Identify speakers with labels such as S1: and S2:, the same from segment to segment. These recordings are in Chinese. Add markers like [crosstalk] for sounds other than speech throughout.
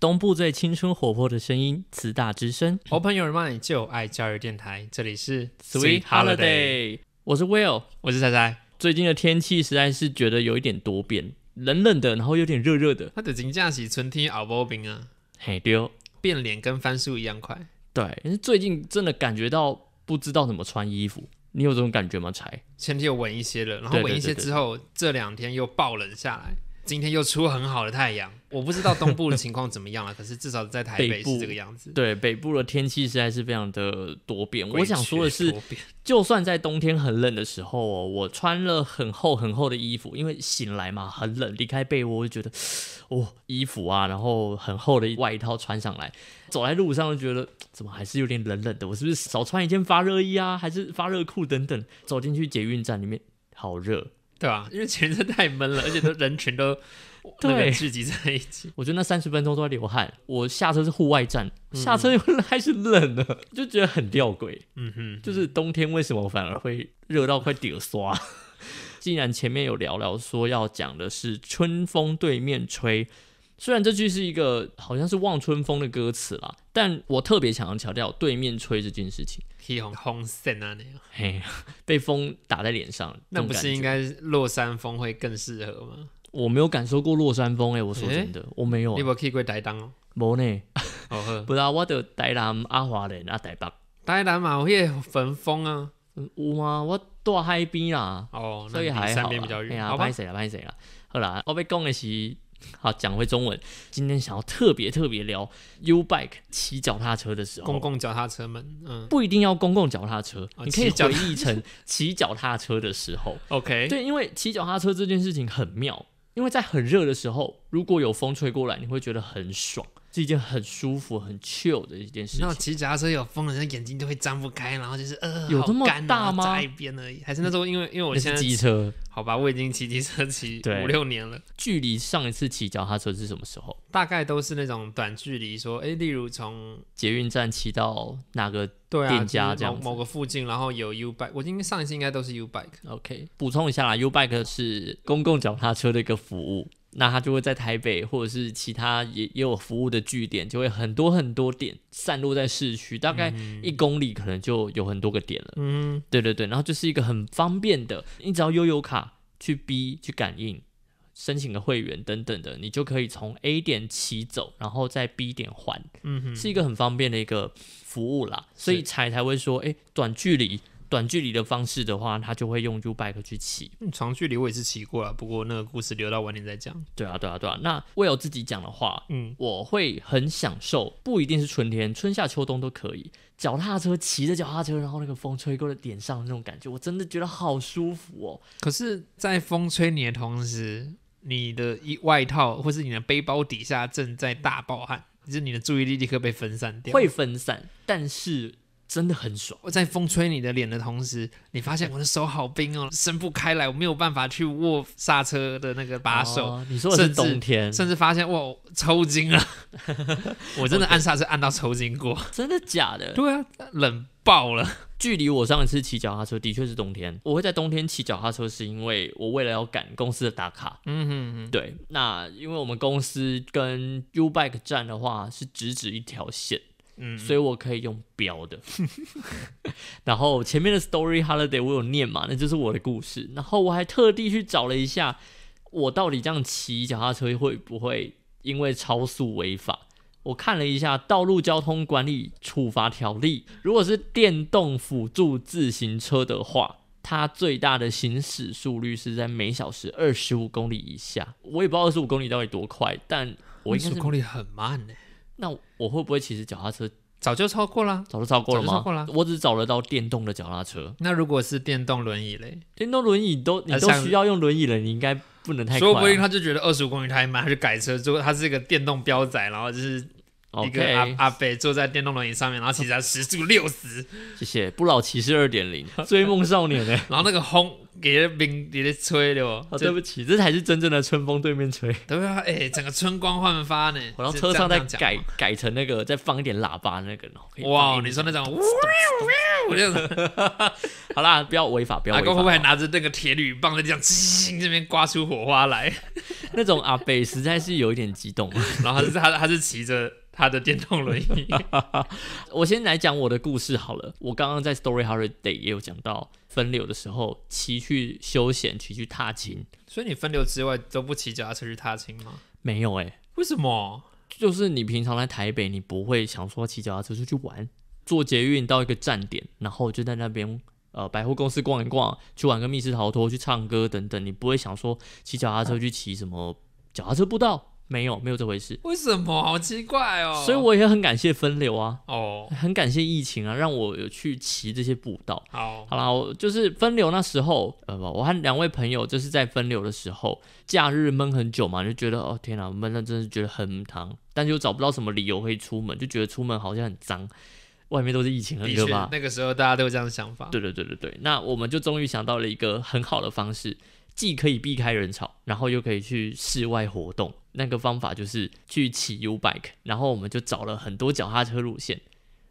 S1: 东部最青春活泼的声音，慈大之声
S2: Open Your Mind 就爱教育电台，这里是
S1: Sweet Holiday。我是 Will，
S2: 我是仔仔。
S1: 最近的天气实在是觉得有一点多变，冷冷的，然后有点热热的。
S2: 他的金假期春天熬波冰啊，
S1: 嘿丢，
S2: 变脸跟翻书一样快。
S1: 对，但是最近真的感觉到不知道怎么穿衣服，你有这种感觉吗？柴，
S2: 前天有稳一些了，然后
S1: 对对
S2: 稳一些
S1: 对对
S2: 之后，这两天又爆冷下来，今天又出很好的太阳。我不知道东部的情况怎么
S1: [laughs]
S2: 样了，可是至少在台
S1: 北
S2: 北
S1: 部
S2: 是这个样子。
S1: 对，北部的天气实在是非常的多变。
S2: 鬼
S1: 我想说的
S2: 谲
S1: 是，
S2: 多变，
S1: 就算在冬天很冷的时候哦，我穿了很厚很厚的衣服，因为醒来嘛很冷，离开被窝我就觉得，哦，衣服啊，然后很厚的外套穿上来，走在路上就觉得怎么还是有点冷冷的，我是不是少穿一件发热衣啊，还是发热裤等等？走进去捷运站里面，好热。
S2: 对吧、因为前阵太闷了，而且都人群都那
S1: [laughs] 对
S2: 个聚集在一起。
S1: 我觉得那三十分钟都在流汗，我下车是户外站，下车又 [laughs] 开始冷了，就觉得很吊诡。
S2: 嗯哼，
S1: 就是冬天为什么反而会热到快顶刷？ [laughs] 既然前面有聊聊说要讲的是春风对面吹，虽然这句是一个好像是望春风的歌词啦，但我特别想要强调对面吹这件事情。
S2: 黑红红线啊那样，
S1: 嘿，被风打在脸上，
S2: 那不
S1: 这种
S2: 是
S1: 感觉
S2: 应？该落山风会更适合吗？
S1: 我没有感受过落山风诶、哎我说真的，我没有啊
S2: 你，有去过台东哦？哦
S1: 没呢。
S2: 好喝，
S1: 不啦，我的台南阿华人啊台北，
S2: 台南嘛，我也焚风啊。
S1: 嗯有吗？我住海边啦。
S2: 哦，那
S1: 所
S2: 你
S1: 以还
S2: 山
S1: 好
S2: 边
S1: 啦
S2: 比较
S1: 哎
S2: 远，
S1: 呀，
S2: 好吧
S1: 拍？谁啦，拍谁啦。好啦，我被讲的是，好讲回中文。今天想要特别特别聊 U bike 骑脚踏车的时候，
S2: 公共脚踏车门，嗯
S1: 不一定要公共脚踏车，
S2: 哦
S1: 你可以
S2: 骑脚
S1: 回忆
S2: [laughs]
S1: 成骑脚踏车的时候。
S2: ，OK，
S1: 对，因为骑脚踏车这件事情很妙，因为在很热的时候，如果有风吹过来，你会觉得很爽，是一件很舒服、很 chill 的一件事
S2: 那
S1: 情。
S2: 骑脚踏车有风的时候，眼睛就会张不开，然后就是呃，
S1: 有这么
S2: 好干啊
S1: 大吗
S2: 扎一边而已。还是那时候，因为因为我
S1: 那
S2: 现
S1: 是
S2: 在
S1: 机车。
S2: 好吧，我已经骑机车骑
S1: 对
S2: 五六年了，
S1: 距离上一次骑脚踏车是什么时候？
S2: 大概都是那种短距离，说哎，例如从
S1: 捷运站骑到哪个
S2: 对啊，
S1: 店家
S2: 就是
S1: 这样
S2: 某
S1: 子
S2: 某个附近，然后有 U bike，我应该上一次应该都是 U bike。
S1: OK，补充一下啦，U Bike 是公共脚踏车的一个服务，那它就会在台北或者是其他也也有服务的据点，就会很多很多点散落在市区，大概一公里可能就有很多个点了。
S2: 嗯，
S1: 对对对，然后就是一个很方便的，你只要悠游卡去逼去感应。申请个会员等等的，你就可以从 A 点骑走，然后在 B 点还，
S2: 嗯
S1: 是一个很方便的一个服务啦。所以才才会说，诶，短距离短距离的方式的话，他就会用 U Bike 去骑。
S2: 嗯长距离我也是骑过了，不过那个故事留到晚点再讲。
S1: 对啊，对啊，对啊。那为我自己讲的话，
S2: 嗯，
S1: 我会很享受，不一定是春天，春夏秋冬都可以。脚踏车骑着脚踏车，然后那个风吹过了脸上的那种感觉，我真的觉得好舒服哦。
S2: 可是，在风吹你的同时，你的衣外套或是你的背包底下正在大暴汗，就是你的注意力立刻被分散掉。
S1: 会分散，但是真的很爽。
S2: 我在风吹你的脸的同时，你发现我的手好冰哦，伸不开来，我没有办法去握刹车的那个把手，
S1: 哦你说的是
S2: 甚至
S1: 冬天，
S2: 甚至发现哇我抽筋 [laughs] 了。我真的按刹车按到抽筋过。
S1: 真的假的？
S2: [laughs] 对啊，冷爆了。
S1: 距离我上一次骑脚踏车的确是冬天，我会在冬天骑脚踏车，是因为我为了要赶公司的打卡。
S2: 嗯哼哼，
S1: 对，那因为我们公司跟 U Bike 站的话是直指一条线，
S2: 嗯，
S1: 所以我可以用标的。 [laughs] 然后前面的 Story Holiday 我有念嘛，那就是我的故事。然后我还特地去找了一下，我到底这样骑脚踏车会不会因为超速违法？我看了一下《道路交通管理处罚条例》，如果是电动辅助自行车的话，它最大的行驶速率是在每小时二十五公里以下。我也不知道二十五公里到底多快，但我应该
S2: 手
S1: 是
S2: 公里很慢呢、
S1: 那我会不会其实脚踏车
S2: 早就超过啦。
S1: 早就超过了吗？
S2: 早就超过了啊
S1: 我只找得到电动的脚踏车，
S2: 那如果是电动轮椅嘞，
S1: 电动轮椅都你
S2: 呃
S1: 都
S2: 像
S1: 需要用轮椅了，你应该不能太快
S2: 说
S1: 啊、
S2: 不定他就觉得二十五公里太慢，他就改车，之后他是一个电动标仔，然后就是一个阿
S1: OK，
S2: 阿北坐在电动轮椅上面，然
S1: [laughs]
S2: 后骑着时速六十， [laughs]
S1: 谢谢不老骑士二点零，追梦少年呢、
S2: 然后那个轰给那冰给那吹的哦
S1: 好，，对
S2: 这
S1: 不起，这才是真正的春风对面吹。
S2: 对啊，哎，整个春光焕发呢。
S1: 我到
S2: 是
S1: 车上
S2: 这
S1: 再
S2: 样讲啊
S1: 改
S2: 吗
S1: 改成那个，再放一点喇叭那个，然后可以放
S2: 哇，
S1: 一点
S2: 你说那种
S1: [laughs]
S2: 呜呜呜这样子，
S1: 好啦，不要违法，不要
S2: 阿
S1: 违法。
S2: 公会不会还拿着那个铁铝棒在这样嘖这边刮出火
S1: [laughs]
S2: 花来？
S1: 那种阿北实在是有一点激动。啊
S2: 然后他是他他是骑着他的电动轮椅，
S1: [laughs] 我先来讲我的故事好了。我刚刚在 Story Holiday 也有讲到分流的时候，骑去休闲，骑去踏青，
S2: 所以你分流之外都不骑脚踏车去踏青吗？
S1: 没有哎、
S2: 为什么？
S1: 就是你平常在台北，你不会想说骑脚踏车出去玩，坐捷运到一个站点，然后就在那边呃百货公司逛一逛，去玩个密室逃脱，去唱歌等等，你不会想说骑脚踏车去骑什么脚踏车步道，没有没有这回事。
S2: 为什么？好奇怪哦。
S1: 所以我也很感谢分流啊，
S2: 哦，
S1: 很感谢疫情啊，让我有去骑这些步道。
S2: 好，
S1: 好啦，我就是分流那时候，
S2: 嗯
S1: 呃，我和两位朋友就是在分流的时候，假日闷很久嘛，就觉得哦天哪，闷的真是觉得很疼，但就找不到什么理由可以出门，就觉得出门好像很脏，外面都是疫情，很
S2: 的
S1: 可
S2: 确
S1: 怕。，
S2: 那个时候大家都有这样的想法。
S1: 对对对对对，那我们就终于想到了一个很好的方式，既可以避开人潮，然后又可以去室外活动。那个方法就是去骑 U bike，然后我们就找了很多脚踏车路线。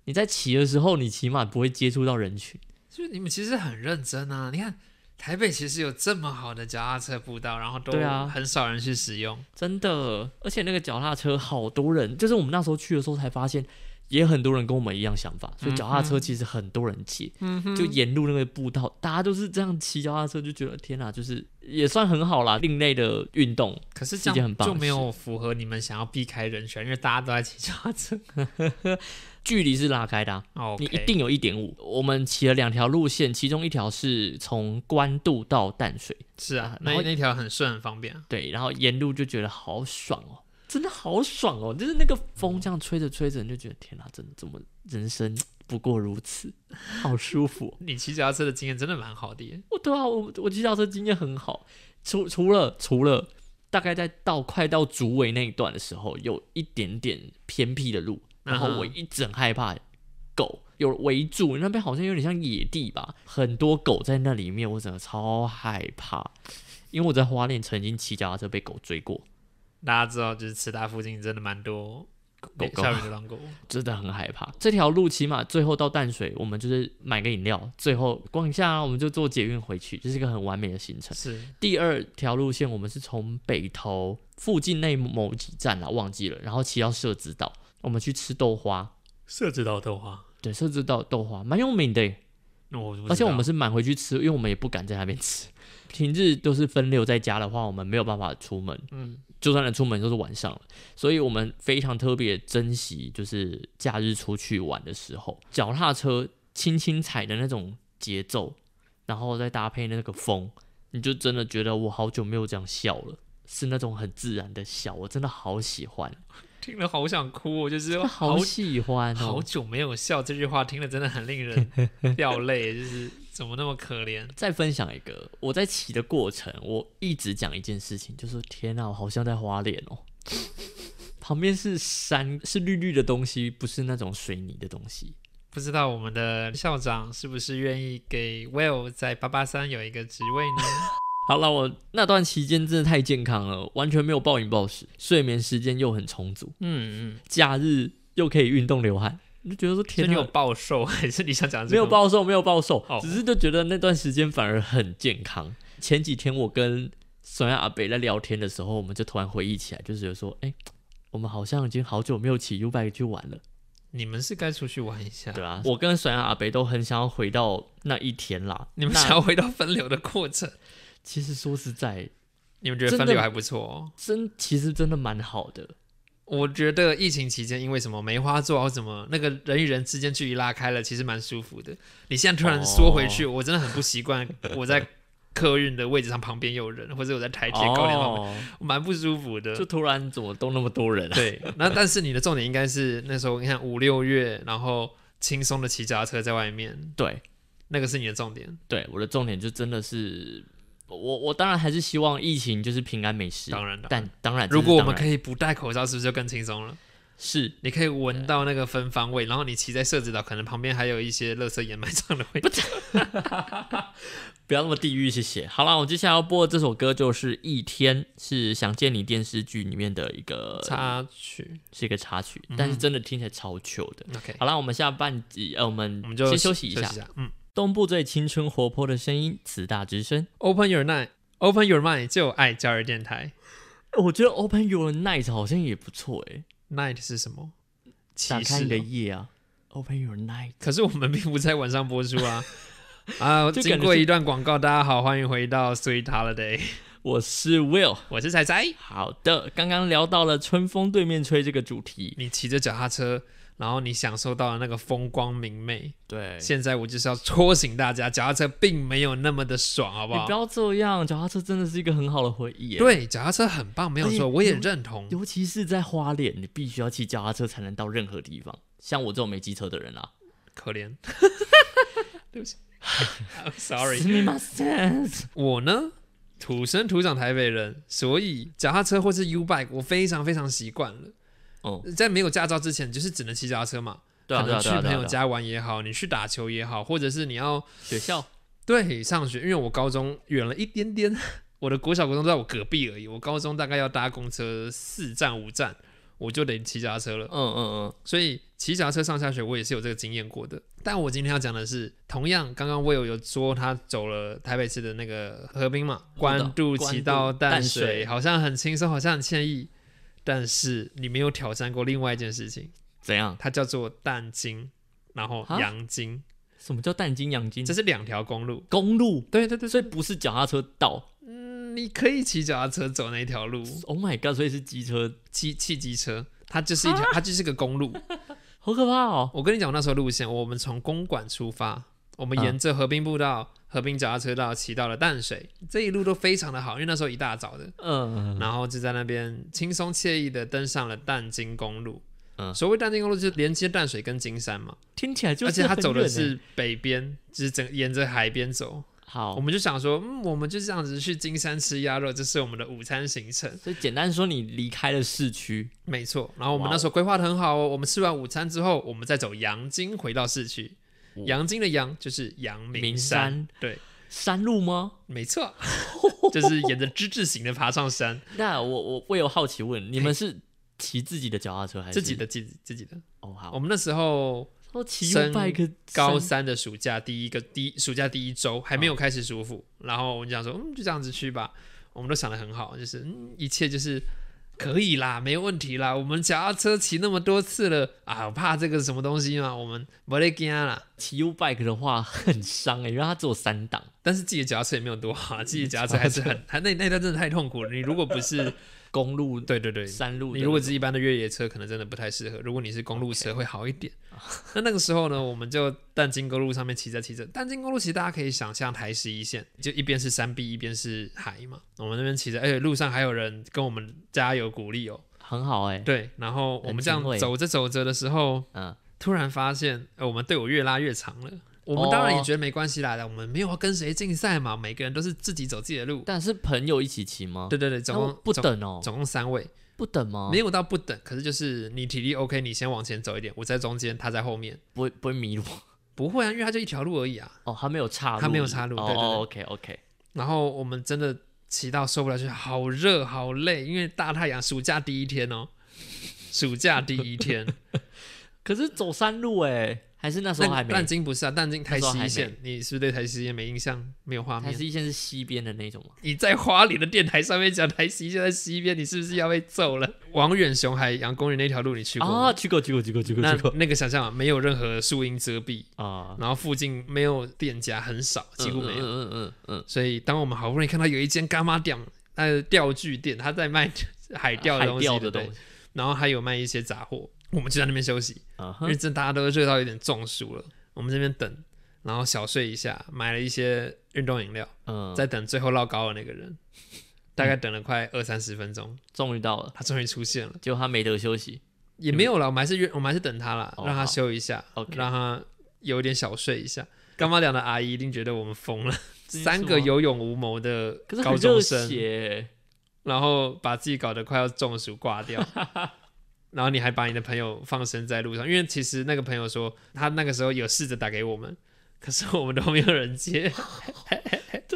S1: 你在骑的时候，你起码不会接触到人群。
S2: 就是你们其实很认真啊！你看台北其实有这么好的脚踏车步道，然后都
S1: 对啊
S2: 很少人去使用。
S1: 真的，而且那个脚踏车好多人，就是我们那时候去的时候才发现，也很多人跟我们一样想法，所以脚踏车其实很多人骑，
S2: 嗯
S1: 就沿路那个步道，大家都是这样骑脚踏车，就觉得天哪、就是也算很好啦，另类的运动。
S2: 可是
S1: 是
S2: 这
S1: 一件
S2: 样
S1: 很棒
S2: 就
S1: 的事
S2: 没有符合你们想要避开人群，因为大家都在骑脚
S1: [laughs]
S2: 踏车。
S1: 距离是拉开的啊、
S2: 哦，
S1: 你一定有一点五。我们骑了两条路线，其中一条是从关渡到淡水，
S2: 是啊，
S1: 然
S2: 那
S1: 后
S2: 那条很顺很方便啊。
S1: 对，然后沿路就觉得好爽哦，真的好爽哦，就是那个风这样吹着吹着，你就觉得天哪，真的怎么人生不过如此， [laughs] 好舒服、哦。
S2: 你骑脚踏车的经验真的蛮好的耶。
S1: 我对啊，我我骑脚车经验很好，除除了除了大概在到快到竹围那一段的时候，有一点点偏僻的路，然后
S2: 嗯哼
S1: 我一直很害怕狗。有围住那边好像有点像野地吧，很多狗在那里面，我真的超害怕。因为我在花莲曾经骑脚踏车被狗追过，
S2: 大家知道，就是慈大附近真的蛮多
S1: 狗狗
S2: 校园流
S1: [laughs]
S2: 浪狗。
S1: 真的很害怕。这条路起码最后到淡水，我们就是买个饮料，最后逛一下啊，我们就坐捷运回去，这是一个很完美的行程。
S2: 是，
S1: 第二条路线我们是从北投附近内某几站啊啦，忘记了，然后骑到社子岛，我们去吃豆花。
S2: 设置到豆花，
S1: 对，社子岛豆花蛮有名的耶，
S2: 那我不知道
S1: 而且我们是买回去吃，因为我们也不敢在那边吃。平日都是分流在家的话，我们没有办法出门，
S2: 嗯，
S1: 就算能出门都是晚上了，所以我们非常特别珍惜，就是假日出去玩的时候，脚踏车轻轻踩的那种节奏，然后再搭配那个风，你就真的觉得我好久没有这样笑了，是那种很自然的笑，我真的好喜欢，
S2: 听了好想哭哦，就是
S1: 真的
S2: 好
S1: 好喜欢
S2: 好
S1: 哦。
S2: 久没有笑这句话，听了真的很令人
S1: [laughs]
S2: 掉泪，就是怎么那么可怜？
S1: 再分享一个，我在骑的过程，我一直讲一件事情，就是天啊哪、我好像在花莲哦。 [laughs] 旁边是山，是绿绿的东西，不是那种水泥的东西。
S2: 不知道我们的校长是不是愿意给 Will 在八八三有一个职位呢？
S1: [laughs] 好了，我那段期间真的太健康了，完全没有暴饮暴食，睡眠时间又很充足，
S2: 嗯嗯，
S1: 假日又可以运动流汗，你就觉得说
S2: 所
S1: 天
S2: 以你有
S1: 哪，
S2: 暴瘦还是你想讲这个？
S1: 没有暴瘦，没有暴瘦，
S2: 哦
S1: 只是就觉得那段时间反而很健康。前几天我跟孙亚阿北在聊天的时候，我们就突然回忆起来，就是觉得说，哎、我们好像已经好久没有骑 U bike 去玩了，
S2: 你们是该出去玩一下，
S1: 对啊，我跟孙亚阿北都很想要回到那一天啦。
S2: 你们
S1: 那
S2: 想要回到分流的过程，
S1: 其实说实在，
S2: 你们觉得
S1: 真的
S2: 分流还不错、哦？
S1: 真其实真的蛮好的，
S2: 我觉得疫情期间，因为什么梅花座或什么，那个人与人之间距离拉开了，其实蛮舒服的。你现在突然缩回
S1: 哦
S2: 去，我真的很不习惯。我在客运的位置上旁边有人，或者我在台铁高铁旁边，
S1: 哦
S2: 蛮不舒服
S1: 就
S2: 的。
S1: 突然怎么都那么多人啊？
S2: 对，那但是你的重点应该是那时候，你看五六月，然后轻松的骑脚踏车在外面，
S1: [laughs] 对
S2: 那个是你的重点。
S1: 对，我的重点就真的是，我我当然还是希望疫情就是平安没事，
S2: 当然的，
S1: 但当然，
S2: 如果我们
S1: 以
S2: 可以不戴口罩，是不是就更轻松了？
S1: 是
S2: 你可以闻到那个芬芳味，然后你骑在社子岛，可能旁边还有一些垃圾掩埋场的味道。
S1: 不要那么地狱，谢谢。好啦，我接下来要播的这首歌就是《一天》，是《想见你》电视剧里面的一个
S2: 插曲。
S1: 是一个插曲，但是真的听起来超糗的。
S2: OK，
S1: 好啦，我们下半集，呃，我们
S2: 我们就
S1: 先休息一下。
S2: 嗯
S1: 东部最青春活泼的声音，慈大之声。
S2: ，Open your mind，Open your mind，就爱教育电台。
S1: 我觉得 Open Your Night 好像也不错诶、
S2: Night 是什么？
S1: 打
S2: 启
S1: 开
S2: 示
S1: 你的
S2: 哦。
S1: 夜啊，Open Your Night。
S2: 可是我们并不在晚上播
S1: [laughs]
S2: 出啊。啊，
S1: 就感觉
S2: 经过
S1: 是
S2: 一段广告，大家好，欢迎回到 Sweet Holiday，
S1: 我是 Will。
S2: 我是彩彩。
S1: 好的，刚刚聊到了春风对面吹这个主题，
S2: 你骑着脚踏车，然后你享受到了那个风光明媚。
S1: 对
S2: 现在我就是要戳醒大家，脚踏车并没有那么的爽，好不
S1: 你
S2: 好
S1: 不？要这样，脚踏车真的是一个很好的回忆耶。，
S2: 对，脚踏车很棒，没有
S1: 而且
S2: 错，我也认同。
S1: 尤其是在花莲，你必须要骑脚踏车才能到任何地方。像我这种没机车的人啊啦、
S2: 可怜，
S1: [laughs]
S2: 对不起 [laughs] I'm
S1: 啊、
S2: ，sorry。
S1: すみません
S2: 我呢，土生土长台北人，所以脚踏车或是 U bike 我非常非常习惯了。
S1: 哦，
S2: 在没有驾照之前，就是只能骑脚踏车嘛。
S1: 对啊，
S2: 可
S1: 对
S2: 能
S1: 啊，
S2: 去
S1: 对啊，
S2: 朋
S1: 对
S2: 友
S1: 啊对啊，
S2: 家玩也好，你去打球也好，或者是你要
S1: 学校
S2: 对上学，因为我高中远了一点点， [laughs] 我的国小国中都在我隔壁而已。我高中大概要搭公车四站五站，我就得骑脚踏车了。
S1: 嗯嗯
S2: 所以骑脚踏车上下学，我也是有这个经验过的。但我今天要讲的是，同样刚刚 Will 有说他走了台北市的那个河滨嘛，关渡
S1: 关渡
S2: 骑到淡
S1: 淡
S2: 水，
S1: 水
S2: 好像很轻松，好像很惬意。但是你没有挑战过另外一件事情，
S1: 嗯，怎样？
S2: 它叫做淡金，然后
S1: 啊
S2: 阳金，
S1: 什么叫淡金养金
S2: 这？是两条公路。
S1: 公路，
S2: 对对对，
S1: 所以不是脚踏车道。
S2: 你可以骑脚踏车走那条路，
S1: Oh my god！所以是机车，
S2: 骑汽机车，它就是一条，它就是个公路。
S1: 好可怕哦。
S2: 我跟你讲，我那时候路线，我们从公馆出发，我们
S1: 嗯
S2: 沿着河滨步道、河滨脚踏车道骑到了淡水，这一路都非常的好，因为那时候一大早的，
S1: 嗯，
S2: 然后就在那边轻松惬意的登上了淡金公路。
S1: 嗯
S2: 所谓淡金公路就是连接淡水跟金山嘛，
S1: 听起来就
S2: 而且
S1: 是
S2: 它
S1: 很
S2: 走的
S1: 远欸
S2: 是北边，就是整沿着海边走。我
S1: 好。
S2: 们就想说，嗯，我们就这样子去金山吃鸭肉，这是我们的午餐行程，
S1: 所以简单说，你离开了市区，
S2: 没错。然后我们
S1: 哇哦
S2: 那时候规划的很好哦，我们吃完午餐之后，我们再走阳金回到市区。
S1: 哦
S2: 阳金的阳就是阳明
S1: 名
S2: 山，
S1: 山
S2: 对，
S1: 山路吗？
S2: 没 [laughs] 错，就是沿着之字形的爬上山，
S1: 那我我我有好奇问，你们是骑自己的脚踏车还是
S2: 哎自己？的自己自己的。
S1: 哦，
S2: 我
S1: 好，
S2: 们那时候
S1: 我骑
S2: 升
S1: U bike
S2: 高
S1: 山
S2: 三的暑假第一个第一暑假第一周还没有开始舒服，然后我们讲说，嗯，就这样子去吧。我们都想的很好，就是嗯，一切就是可以啦，没问题啦。我们脚踏车骑那么多次了啊，我怕这个什么东西嘛，我们不得惊啊啦。
S1: 骑 U bike 的话很伤哎，因为它只有三档，
S2: 但是自己的脚踏车也没有多好啊，自己的脚踏车还是很，还那那段真的太痛苦了。你如果不是，
S1: 公路
S2: 对对对，
S1: 山路的那种。
S2: 你如果是一般的越野车，可能真的不太适合。如果你是公路车，会好一点。 [laughs] 那那个时候呢，我们就淡金公路上面骑着骑着，淡金公路其实大家可以想象台十一线，就一边是山壁，一边是海嘛。我们那边骑着，哎，路上还有人跟我们加油鼓励哦。
S1: 很好哎，
S2: 对，然后我们这样
S1: 很敬畏
S2: 走着走着的时候，
S1: 嗯，
S2: 突然发现，呃，我们队伍越拉越长了。我们当然
S1: 哦
S2: 也觉得没关系啦，我们没有要跟谁竞赛嘛，每个人都是自己走自己的路。
S1: 但是朋友一起骑吗？
S2: 对对对，总
S1: 那我
S2: 共
S1: 不
S2: 总
S1: 等哦，
S2: 总共三位。
S1: 不等吗？
S2: 没有到不等，可是就是你体力 OK，你先往前走一点，我在中间，他在后面。
S1: 不会不会迷路 [laughs]
S2: 不会啊，因为他就一条路而已啊。
S1: 哦，他没有岔路，
S2: 他没有岔路对对对
S1: 哦，OK OK，
S2: 然后我们真的骑到受不了，就是好热好累，因为大太阳，暑假第一天哦，暑假第一天。
S1: 可是走山路哎，还是那时候还
S2: 但
S1: 没，
S2: 但金不是啊，但金台
S1: 那时候
S2: 西
S1: 还
S2: 线，你是不是对台西线没印象，没有画
S1: 还
S2: 面？
S1: 是一线是西边的那种吗？
S2: 你在花莲的电台上面讲台西线在西边，你是不是要被
S1: [laughs]
S2: 揍了？王远雄海洋公园那条路你去过吗？
S1: 啊，去过去过去过去过
S2: 那
S1: 去过
S2: 那个想象啊没有任何树荫遮蔽，
S1: 啊，
S2: 然后附近没有店家，很少，几乎没有。
S1: 嗯嗯嗯
S2: 所以当我们好不容易看到有一间干妈店，呃，钓具店，他在卖海
S1: 嗯，
S2: 钓的东
S1: 海
S2: 西，
S1: 钓
S2: 对不
S1: 的
S2: 对
S1: 东西
S2: 然后还有卖一些杂货，我们就在那边休息，
S1: 啊
S2: 因
S1: 哈
S2: 为，真的大家都热到有点中暑了，我们这边等，然后小睡一下，买了一些运动饮料，
S1: 嗯，
S2: 在等最后落高的那个
S1: [laughs]
S2: 人。大概等了快二三十分钟，
S1: 终于到了，
S2: 他终于出现了，
S1: 结果他没得休息，
S2: 也没有了，我们还是约，我们还是等他啦，
S1: 嗯哦
S2: 让他
S1: 好
S2: 休一下
S1: OK
S2: 让他有点小睡一下。干妈店的阿姨一定觉得我们疯了，
S1: 真是
S2: 三个
S1: 吗
S2: 有勇无谋的
S1: 可是很
S2: 高
S1: 热
S2: 中生，
S1: 血，
S2: 然后把自己搞得快要中暑
S1: [laughs]
S2: 挂掉，然后你还把你的朋友放生在路上，因为其实那个
S1: [laughs]
S2: 朋友说他那个时候有试着打给我们，可是我们都没有人接， [laughs]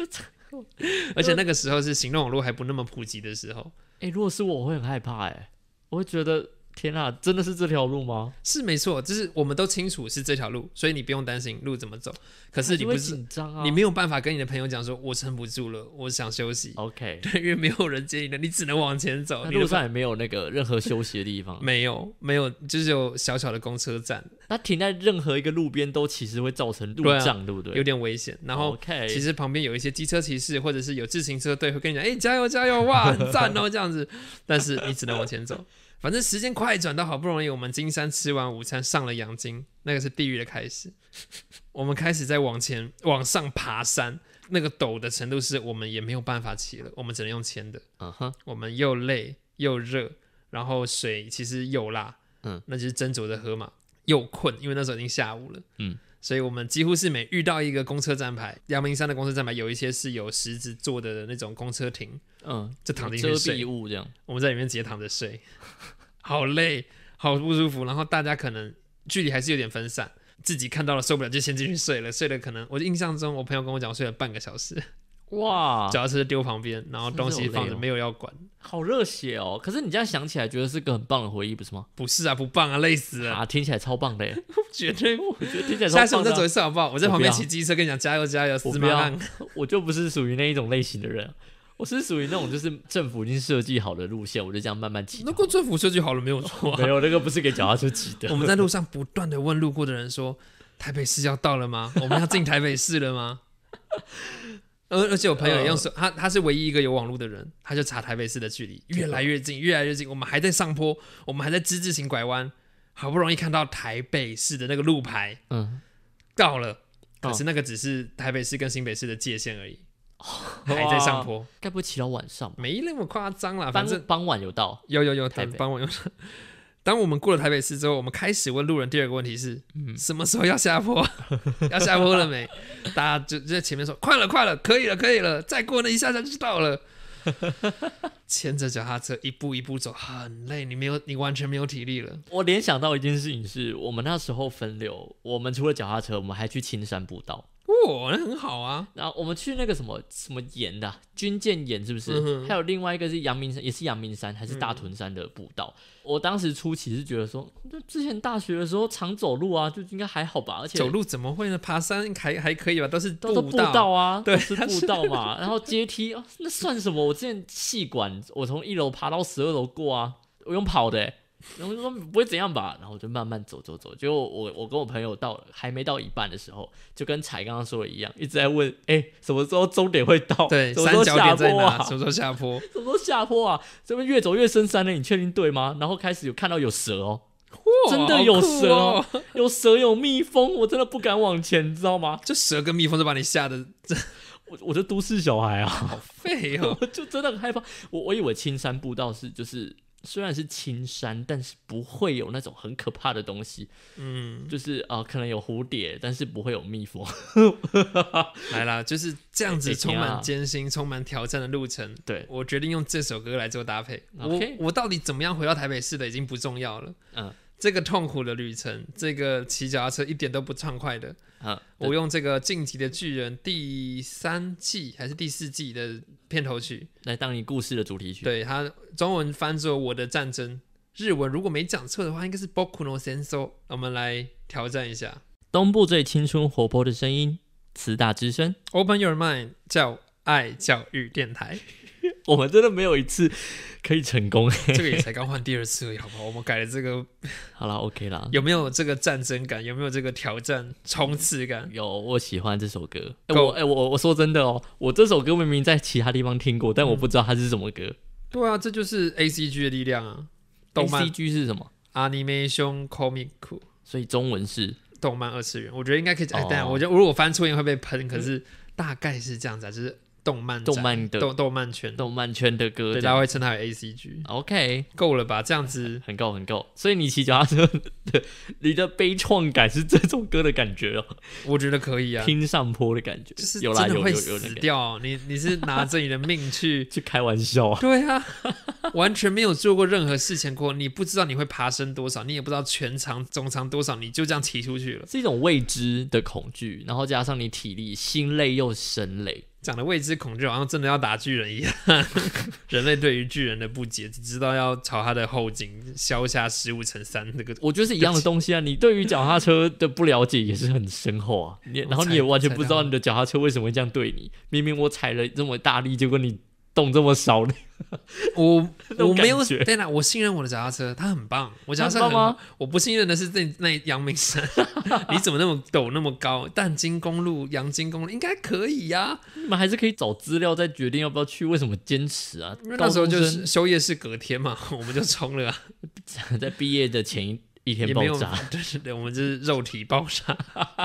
S2: 而且那个时候是行动网络还不那么普及的时候，
S1: 哎、如果是我，我会很害怕、哎，我会觉得天啊，真的是这条路吗？
S2: 是没错，就是我们都清楚是这条路，所以你不用担心路怎么走。可是
S1: 还
S2: 你
S1: 会
S2: 不是
S1: 紧张啊？
S2: 你没有办法跟你的朋友讲说，我撑不住了，我想休息， [laughs]
S1: OK，
S2: 对，因为没有人接你的，你只能往前走。
S1: 那
S2: 你的
S1: 路上也没有那个任何休息的地方，
S2: 没有没有，就是有小小的公车站，
S1: 那停在任何一个路边都其实会造成路
S2: 对啊
S1: 障，对不对？
S2: 有点危险。然后
S1: OK，
S2: 其实旁边有一些机车骑士或者是有自行车队会跟你讲，哎、加油加油，
S1: [laughs]
S2: 哇，很赞哦，这样子。 [laughs] 但是你只能往前走，反正时间快转到好不容易，我们金山吃完午餐上了阳金，那个是地狱的开始。 [laughs] 我们开始在往前往上爬山，那个陡的程度是我们也没有办法骑了，我们只能用牵的。
S1: 嗯哼，
S2: 我们又累又热，然后水其实又辣，
S1: 嗯，
S2: 那就是斟酌着喝嘛。又困，因为那时候已经下午了，
S1: 嗯，
S2: 所以我们几乎是每遇到一个公车站牌，阳明山的公车站牌有一些是有石子做的那种公车亭，
S1: 嗯，
S2: 就躺进
S1: 遮
S2: 去睡
S1: 蔽，物这样，
S2: 我们在里面直接躺着睡， [laughs] 好累，好不舒服。然后大家可能距离还是有点分散，自己看到了受不了就先进去睡了，睡了可能我印象中我朋友跟我讲我睡了半个小时，
S1: 哇，
S2: 脚踏车丢旁边，然后
S1: 是不是
S2: 东西
S1: 好累
S2: 放着
S1: 哦
S2: 没有要管，
S1: 好热血哦！可是你这样想起来，觉得是个很棒的回忆，不是吗？
S2: 不是啊，不棒啊，累死了，
S1: 啊，听起来超棒的
S2: [laughs]
S1: 耶，
S2: 绝对不。
S1: 我觉 [laughs] 得听起来
S2: 下次
S1: 超
S2: 我
S1: 棒
S2: 们再走
S1: 的啊。
S2: 一次好不好？我在
S1: 我
S2: 旁
S1: 不
S2: 边
S1: 要
S2: 骑机车跟你讲加油加油，
S1: 我
S2: 司
S1: 不
S2: 马
S1: 要 [laughs]
S2: 浪。
S1: 我就不是属于那一种类型的人，我是属于那种就是政府已经设计好的路线，我就这样慢慢骑就
S2: 那
S1: 好。
S2: 过政府设计好了没
S1: [laughs]
S2: 有错、
S1: 没
S2: 啊。
S1: 有那个不是给脚踏车骑的，
S2: [laughs] 我们在路上不断的问路过的人说：“台北市要到
S1: [laughs]
S2: 了吗？我们要进台北市了吗？” [laughs] 而而且我朋友也用
S1: 呃
S2: 手，他他是唯一一个有网路的人，他就查台北市的距离，越来越近，越来越近。我们还在上坡，我们还在之字形拐弯，好不容易看到台北市的那个路牌
S1: 嗯，
S2: 到了，
S1: 哦
S2: 可是那个只是台北市跟新北市的界
S1: [laughs]
S2: 限而已，还在上坡，
S1: [laughs] 该不会骑到晚上吧？
S2: 没那么夸张啦，反
S1: 傍
S2: 正
S1: 傍晚有到，
S2: 有有有，
S1: 台
S2: 台
S1: 北
S2: 帮我用。 [laughs] 当我们过了台北市之后，我们开始问路人第二个问题是：
S1: 嗯
S2: 什么时候要下坡？ [laughs] 要下坡
S1: [laughs]
S2: 了没？大家就就在前面说：快了，快了，可以了，可以了，再过那一下下就到了。 [laughs] 牵着脚踏车一步一步走，很累，你没有，你完全没有体力了。
S1: 我联想到一件事情是，我们那时候分流，我们除了脚踏车，我们还去青山步道。
S2: 哇、那很好啊，
S1: 然后我们去那个什么什么岩的啊、军舰岩，是不是？
S2: 嗯哼
S1: 还有另外一个是阳明山，也是阳明山还是大屯山的步道。
S2: 嗯
S1: 我当时初期是觉得说，就之前大学的时候常走路啊，就应该还好吧。而且
S2: 走路怎么会呢？爬山还还可以吧，都是
S1: 都都
S2: 步
S1: 步道啊，
S2: 对
S1: 都是步道嘛。 [laughs] 然后阶梯、哦，那算什么？我之前气管，我从一楼爬到十二楼过啊，我用跑的、欸。然后我就说不会怎样吧，然后我就慢慢走走走。结果我我跟我朋友到还没到一半的时候，就跟彩刚刚说的一样，一直在问，哎、什么时候终点会到？
S2: 对，
S1: 什么时候
S2: 三角
S1: 下
S2: 点在
S1: 坡啊
S2: 哪？？什么时候下坡？
S1: [laughs] 什么时候下坡啊？这边越走越深山了，你确定对吗？然后开始有看到有蛇哦，
S2: 哇
S1: 真的有蛇
S2: 好
S1: 哦
S2: 酷，
S1: 有蛇有蜜蜂，我真的不敢往前，你知道吗？
S2: [laughs] 就蛇跟蜜蜂都把你吓得
S1: 我我就都市小孩啊，
S2: 废哦。
S1: 我 [laughs] 就真的很害怕。我我以为青山步道是就是虽然是青山，但是不会有那种很可怕的东西，
S2: 嗯，
S1: 就是啊、呃可能有蝴蝶，但是不会有蜜蜂。 [laughs]
S2: 来啦，就是这样
S1: 哎
S2: 子充
S1: 哎呀
S2: 满艰辛、充满挑战的路程。
S1: 对，
S2: 我决定用这首歌来做搭配。我
S1: OK
S2: 我到底怎么样回到台北市的已经不重要了。
S1: 嗯，
S2: 这个痛苦的旅程，这个骑脚踏车一点都不畅快的。
S1: 啊，
S2: 我用这个《晋级的巨人》第三季还是第四季的片头曲，
S1: 来当你故事的主题曲。
S2: 对它中文翻作《我的战争》，日文如果没讲错的话，应该是《Boku no Senso》。我们来挑战一下
S1: 东部最青春活泼的声音，慈大之声。 [laughs]
S2: ，Open Your Mind，叫爱教育电台。
S1: 我们真的没有一次可以成功。 [laughs]
S2: [laughs] 这个也才刚换第二次而已，好不好？我们改了这个，
S1: 好啦 o、k 啦。
S2: 有没有这个战争感？有没有这个挑战冲刺感？
S1: 有，我喜欢这首歌。哎、
S2: 够
S1: 我哎、我我说真的哦，我这首歌明明在其他地方听过，但我
S2: 嗯
S1: 不知道它是什么歌。
S2: 对啊，这就是 A C G 的力量啊！动漫
S1: C G 是什么？
S2: animation comic
S1: 所以中文是
S2: 动漫二次元，我觉得应该可以讲。哎，
S1: 哦
S2: 当然，我觉得如果翻错音会被喷，可是大概是这样子啊，就是动漫展
S1: 动漫的
S2: 动动漫圈，
S1: 动漫圈的歌
S2: 对，
S1: 这
S2: 大家
S1: 样。
S2: 会称它为 A C G，
S1: OK，
S2: 够了吧？这样子
S1: 很够很够。所以你骑脚踏车 [laughs] 的，你的悲怆感是这首歌的感觉哦，
S2: 我觉得可以啊，
S1: 拼上坡的感觉。
S2: 就是
S1: 有
S2: 真
S1: 啦有
S2: 的
S1: 有
S2: 会
S1: 有
S2: 死
S1: 那个。
S2: 掉。你你是拿着你的命去
S1: 去开玩笑啊！
S2: [laughs] 对啊，完全没有做过任何事情过，你不知道你会爬升多少，你也不知道全长、总长多少，你就这样骑出去了。
S1: 是一种未知的恐惧，然后加上你体力心累又神累，
S2: 讲的未知恐惧好像真的要打巨人一样， [laughs] 人类对于巨人的不解，只知道要朝他的后颈削下十五乘三那个。
S1: 我觉得是一样的东西啊。你对于脚踏车的不了解也是很深厚
S2: [laughs]
S1: 啊。你然后你也完全不知道你的脚踏车为什么会这样对你。明明我踩了这么大力，结果你动这么少力。
S2: 我
S1: 种
S2: 我没有
S1: 感觉
S2: 对啦，我信任我的脚踏车，它很棒。我脚踏车
S1: 它很
S2: 很
S1: 棒吗
S2: 好，我不信任的是那那阳明山， [laughs] 你怎么那么陡那么高？淡金公路、阳金公路应该可以呀、
S1: 你们还是可以找资料再决定要不要去。为什么坚持啊？
S2: 因为
S1: 高
S2: 那时候
S1: 中
S2: 就
S1: 生
S2: 是休业是隔天嘛， [laughs] 我们就冲了、啊，
S1: [laughs] 在毕业的前一一天
S2: [laughs] 也
S1: 爆
S2: 没有
S1: 炸，，
S2: 对对对，我们就是肉体爆炸，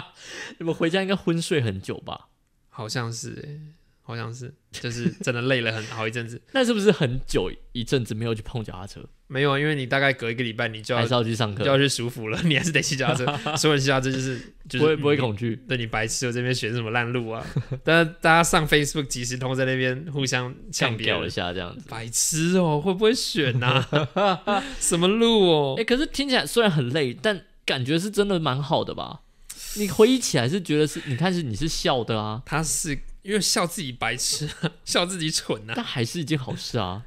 S2: [laughs]
S1: 你们回家应该昏睡很久吧？
S2: 好像是、欸，好像是，就是真的累了很好一阵子。 [laughs]
S1: 那是不是很久一阵子没有去碰脚踏车，
S2: 没有啊，因为你大概隔一个礼拜你就要
S1: 还是要去上
S2: 就
S1: 课？
S2: 要去舒服了， [laughs] 你还是得骑脚踏
S1: [laughs]
S2: 车。所有人骑脚踏车就是就是
S1: 不会不会
S2: 你
S1: 恐惧？
S2: 对你白痴，我这边学什么烂路啊？ [laughs] 但是大家上 Facebook 即时通在那边互相呛
S1: 呛
S2: 别
S1: 掉一
S2: 人，
S1: 下这样子。
S2: 白痴哦，会不会选呐、
S1: [laughs]
S2: 什么路哦 [laughs]
S1: 哎、？可是听起来虽然很累，但感觉是真的蛮好的吧？你回忆起来是觉得是，你看是你是笑的
S2: [laughs]
S1: 啊，
S2: 他是因为笑自己白痴，啊笑自己蠢呐、
S1: 但还是一件好事啊。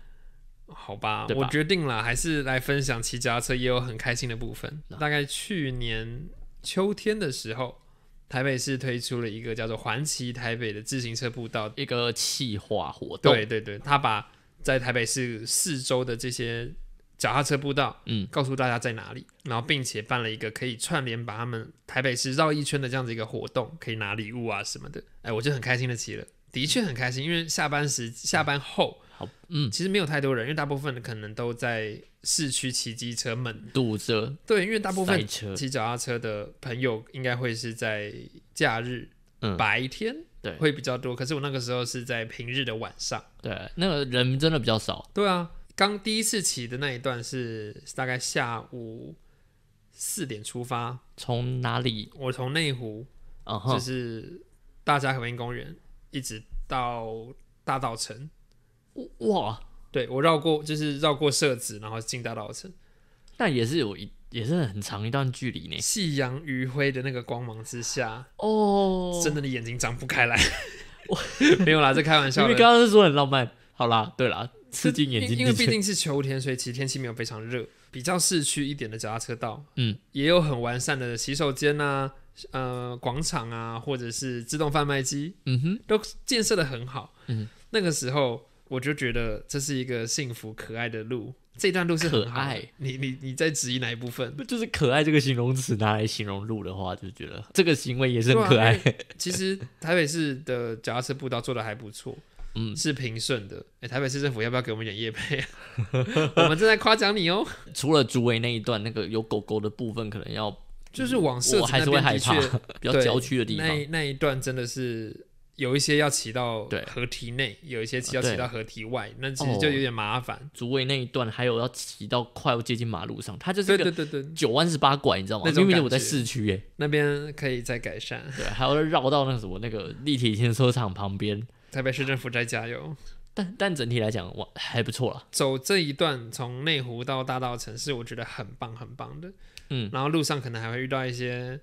S2: 好吧，
S1: 对吧
S2: 我决定了，还是来分享骑脚踏车也有很开心的部分。大概去年秋天的时候，台北市推出了一个叫做“环骑台北”的自行车步道，
S1: 一个气化活动，
S2: 对对对，他把在台北市四周的这些脚踏车步道，
S1: 嗯，
S2: 告诉大家在哪里，然后并且办了一个可以串联把他们台北市绕一圈的这样子一个活动，可以拿礼物啊什么的。哎，我就很开心的骑了，的确很开心，因为下班时下班后
S1: 嗯好，嗯，
S2: 其实没有太多人，因为大部分可能都在市区骑机车们，
S1: 堵着
S2: 对，因为大部
S1: 塞
S2: 分
S1: 车，
S2: 骑脚踏车的朋友应该会是在假日。
S1: 嗯
S2: 白天
S1: 对
S2: 会比较多，可是我那个时候是在平日的晚上，
S1: 对，那个人真的比较少，
S2: 对啊，刚第一次骑的那一段是大概下午四点出发，
S1: 从哪里？
S2: 我从内湖
S1: 啊哈
S2: 就，是大家和平公园一直到大道城，
S1: 哇，
S2: 对我绕过就是绕过社子，然后进大道城，
S1: 嗯那也是有一也是很长一段距离呢。
S2: 夕阳余晖的那个光芒之下，
S1: 哦，
S2: 真的你眼睛张不开来。 [laughs] 没有啦，这开玩
S1: 因
S2: 笑
S1: 为
S2: 的。
S1: 刚刚是说很浪漫，好啦，对啦，刺激眼睛
S2: 因因为
S1: 的
S2: 毕
S1: 确，
S2: 竟是秋天，所以其实天气没有非常热，比较市区一点的脚踏车道，
S1: 嗯，
S2: 也有很完善的洗手间啊，呃，广场啊，或者是自动贩卖机，
S1: 嗯哼，
S2: 都建设的很好。
S1: 嗯，
S2: 那个时候我就觉得这是一个幸福可爱的路，这段路是很好的
S1: 可爱。
S2: 你你你在质疑哪一部分？
S1: 不就是可爱这个形容词拿来形容路的话，就觉得这个行为也是
S2: 对
S1: 很
S2: 啊
S1: 可爱。 [laughs]
S2: 因其实台北市的脚踏车步道做的还不错，
S1: 嗯
S2: 是平顺的。哎、台北市政府要不要给我们点夜配啊？ [laughs] 我们正在夸奖你哦。
S1: 除了竹围那一段那个有狗狗的部分，可能要
S2: 就是往社
S1: 我
S2: 子
S1: 还
S2: 那
S1: 是会
S2: 边
S1: 害
S2: 的
S1: 怕
S2: 确，
S1: 比较
S2: 对
S1: 郊区的地
S2: 那一
S1: 方。
S2: 那一段真的是有一些要骑到
S1: 对
S2: 河堤内，有一些骑要
S1: 对哦
S2: 骑到河堤外，那其实就有点麻烦。
S1: 竹围那一段还有要骑到快要接近马路上，它就是
S2: 对
S1: 一个
S2: 对对对，
S1: 九弯十八拐，你知道吗
S2: 那？种
S1: 明明我在
S2: 感觉
S1: 市区耶，
S2: 那边可以再改善。
S1: 对，还要绕到那个什么那个立体停车场旁边。
S2: 台北市政府再加油。
S1: 但但整体来讲，我还不错啦。
S2: 走这一段从内湖到大道城市，我觉得很棒很棒的。
S1: 嗯，
S2: 然后路上可能还会遇到一些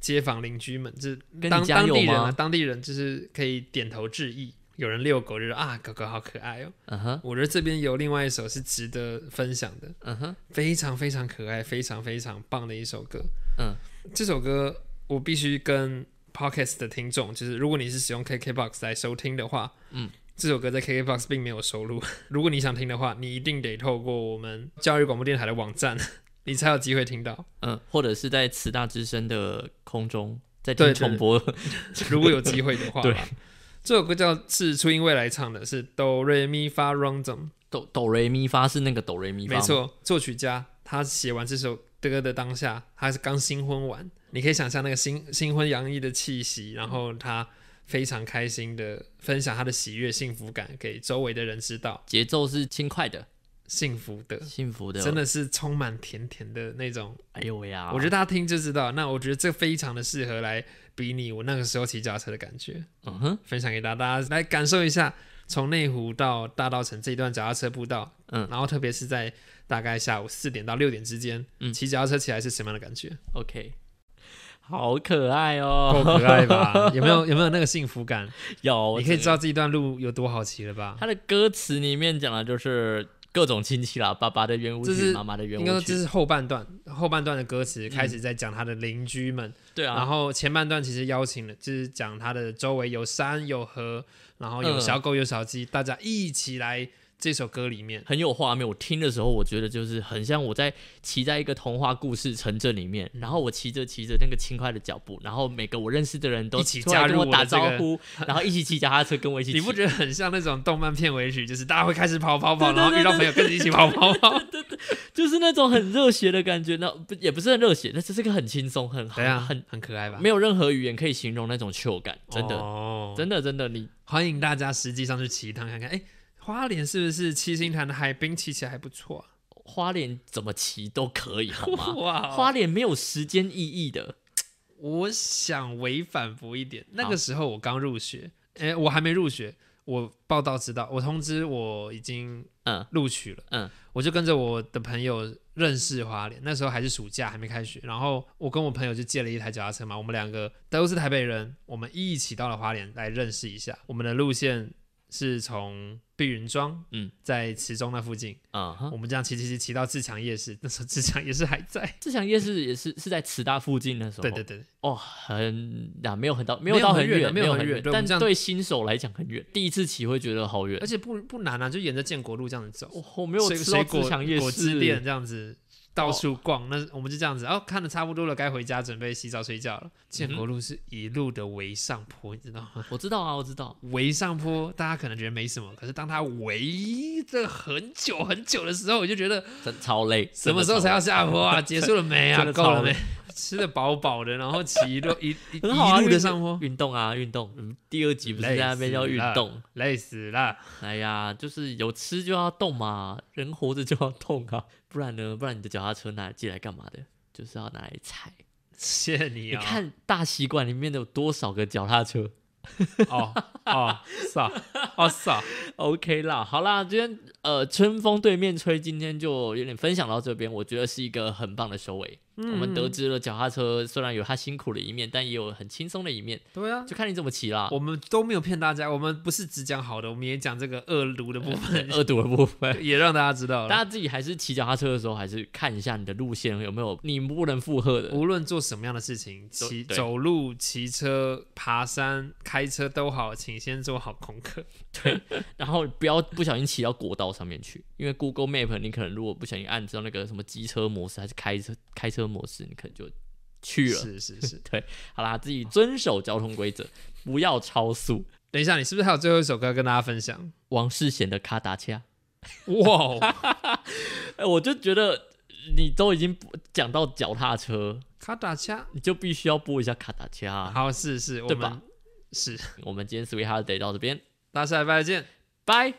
S2: 街坊邻居们，就是
S1: 跟你
S2: 当
S1: 加
S2: 当
S1: 油
S2: 地人啊，
S1: 吗？
S2: 当地人就是可以点头致意。有人遛狗就说啊，狗狗好可爱哦。
S1: 嗯哼，
S2: 我觉得这边有另外一首是值得分享的，
S1: 嗯哼，
S2: 非常非常可爱、非常非常棒的一首歌。
S1: 嗯，
S2: 这首歌我必须跟 Podcast 的听众，就是如果你是使用 KKBox 来收听的话，
S1: 嗯，
S2: 这首歌在 KKBox 并没有收录。 [laughs] 如果你想听的话，你一定得透过我们教育广播电台的网站， [laughs] 你才有机会听到。
S1: 嗯，或者是在慈大之声的空中在
S2: 对
S1: 听
S2: 对
S1: 重播。 [laughs]
S2: 如果有机会的话，
S1: 对。
S2: 这首歌叫是初音未来唱的，是哆瑞咪发 rong 怎么？
S1: 哆哆瑞咪发是那个哆瑞咪发，
S2: 没。错，作曲家他写完这首歌的当下，他是刚新婚完，你可以想象那个新新婚洋溢的气息，然后他非常开心的分享他的喜悦、幸福感给周围的人知道，
S1: 节奏是轻快的、
S2: 幸福的，
S1: 幸福的，
S2: 真的是充满甜甜的那种。
S1: 哎呦喂呀！
S2: 我觉得大家听就知道，那我觉得这非常的适合来比拟我那个时候骑脚踏车的感觉，
S1: 嗯哼，
S2: 分享给大家，大家来感受一下。从内湖到大道城这一段脚踏车步道，
S1: 嗯
S2: 然后特别是在大概下午四点到六点之间，
S1: 嗯 [laughs]
S2: 骑脚踏车起来是什么样的感觉？
S1: ，OK。好可爱
S2: 够
S1: 哦！
S2: 可爱吧？ [laughs] 有没有有没有那个幸
S1: [laughs]
S2: 福感？
S1: 有，
S2: 你可以
S1: 这
S2: 知道这一段路有多好骑了吧？
S1: 他的歌词里面讲的就是各种亲戚啦，爸爸的圆舞
S2: 这
S1: 曲，
S2: 是
S1: 妈妈的圆
S2: 应该
S1: 舞
S2: 说这
S1: 曲，
S2: 是后半段，后半段的歌词开始在讲他的邻居们，
S1: 对嗯啊，
S2: 然后前半段其实邀请了，就是讲他的周围有山有河，然后有
S1: 嗯
S2: 小狗有小鸡，大家一起来这首歌里面。
S1: 很有画面。我听的时候，我觉得就是很像我在骑在一个童话故事城镇里面，
S2: 嗯
S1: 然后我骑着骑着那个轻快的脚步，然后每个我认识的人都
S2: 一起
S1: 突然
S2: 加
S1: 跟
S2: 入
S1: 我
S2: 我
S1: 打
S2: 的这
S1: 招
S2: 个
S1: 呼，然后一起骑脚踏车跟我一起骑。
S2: [laughs] 你不觉得很像那种动漫片尾曲，就是大家会开始跑跑跑，
S1: 对对
S2: 然后
S1: 对
S2: 遇到
S1: 对啊
S2: 朋友跟着一起跑跑
S1: [laughs]
S2: 跑。
S1: 就是那种很热血的感觉？那不也不是很热血，那就是个很轻松、很好、
S2: 对啊，
S1: 很
S2: 很很可爱吧？
S1: 没有任何语言可以形容那种 chill 感，真的。
S2: 哦
S1: 真的真的，你
S2: 欢迎大家实际上去骑一趟看看。哎，花莲是不是七星潭的海滨骑起来还不错、啊？
S1: 花莲怎么骑都可以，好吗？
S2: [laughs] 哇
S1: 花莲没有时间意义的，
S2: 我想为反驳一点，那个时候我刚入学，哎，我还没入学，我报道知道，我通知我已经
S1: 嗯
S2: 录取了，
S1: 嗯，
S2: 我就跟着我的朋友认识花莲，那时候还是暑假，还没开学，然后我跟我朋友就借了一台脚踏车嘛，我们两个都是台北人，我们一起到了花莲来认识一下，我们的路线是从碧云庄，
S1: 嗯，
S2: 在池中那附近，
S1: 啊哈。
S2: 我们这样骑骑骑骑到自强夜市，那时候自强夜市还在，
S1: 志强夜市也是是在慈大附近的时候，
S2: 对对对。
S1: 哦，很啊，没有很到，没
S2: 没
S1: 有
S2: 有
S1: 到
S2: 很远
S1: 远，
S2: 的没有
S1: 很
S2: 很远对我
S1: 但
S2: 们这样
S1: 对新手来讲很远，第一次骑会觉得好远
S2: 而。且不不难啊，就沿着建国路这样子走，
S1: 我我没有
S2: 水
S1: 吃到
S2: 水
S1: 志
S2: 果
S1: 强夜
S2: 果
S1: 市哦
S2: 汁店这样子到处逛。那我们就这样子，哦，看的差不多了，该回家准备洗澡睡觉了。建
S1: 嗯
S2: 国路是一路的围上坡，你知道吗？
S1: 我知道啊，我知道，
S2: 围上坡，大家可能觉得没什么，可是当它围的很久很久的时候，我就觉得
S1: 真超累。
S2: 什么时候才要下坡啊？结束了没啊
S1: 真的？超
S2: 够了没
S1: 累？
S2: 吃的饱饱的，然后骑一路
S1: [laughs]
S2: 一一
S1: 很好啊
S2: 一路的上坡，
S1: 运动啊，运动。嗯，第二集不是
S2: 累
S1: 在那边
S2: 死
S1: 要运
S2: 了
S1: 动？
S2: 累死了。
S1: 哎呀，就是有吃就要动嘛，人活着就要动啊，不然呢？不然你的脚踏车拿来借来干嘛的？就是要拿来踩。
S2: 谢谢你
S1: 你
S2: 啊！
S1: 看大习馆里面的有多少个脚踏车？
S2: 哦
S1: [laughs]
S2: 哦，是啊，哦是啊。
S1: OK 啦，好啦，今天呃，春风对面吹，今天就有点分享到这边，我觉得是一个很棒的收尾。
S2: 嗯
S1: 我们得知了脚踏车虽然有它辛苦的一面，但也有很轻松的一面，
S2: 对啊，
S1: 就看你怎么骑啦。
S2: 我们都没有骗大家，我们不是只讲好的，我们也讲这个恶毒的部
S1: [laughs]
S2: 分，
S1: 恶毒的部
S2: [laughs]
S1: 分，
S2: 也让大家知道
S1: 大
S2: 了。
S1: 家自己还是骑脚踏车的时候，还是看一下你的路线有没有你不能负荷的。
S2: 无论做什么样的事情，骑
S1: 呃对
S2: 走路、骑车、爬山、开车都好，请先做好功课。
S1: 然后不要不小心骑到国道上面去，因为 Google Map 你可能如果不小心按照那个什么机车模式还是开车开车模式，你可能就去了。
S2: 是是是。
S1: 好啦，自己遵守交通规则，不要超速。
S2: 等一下，你是不是还有最后一首歌要跟大家分享？
S1: 王世贤的《卡达恰》
S2: 哇，
S1: [laughs] 哎，我就觉得你都已经不讲到脚踏车，
S2: 卡达恰，
S1: 你就必须要播一下《卡达恰、啊
S2: 好是是，我
S1: 对吧
S2: 们是，》。
S1: 我们今天 Sweet Holiday 到这边，
S2: 大家下礼拜见。
S1: 拜。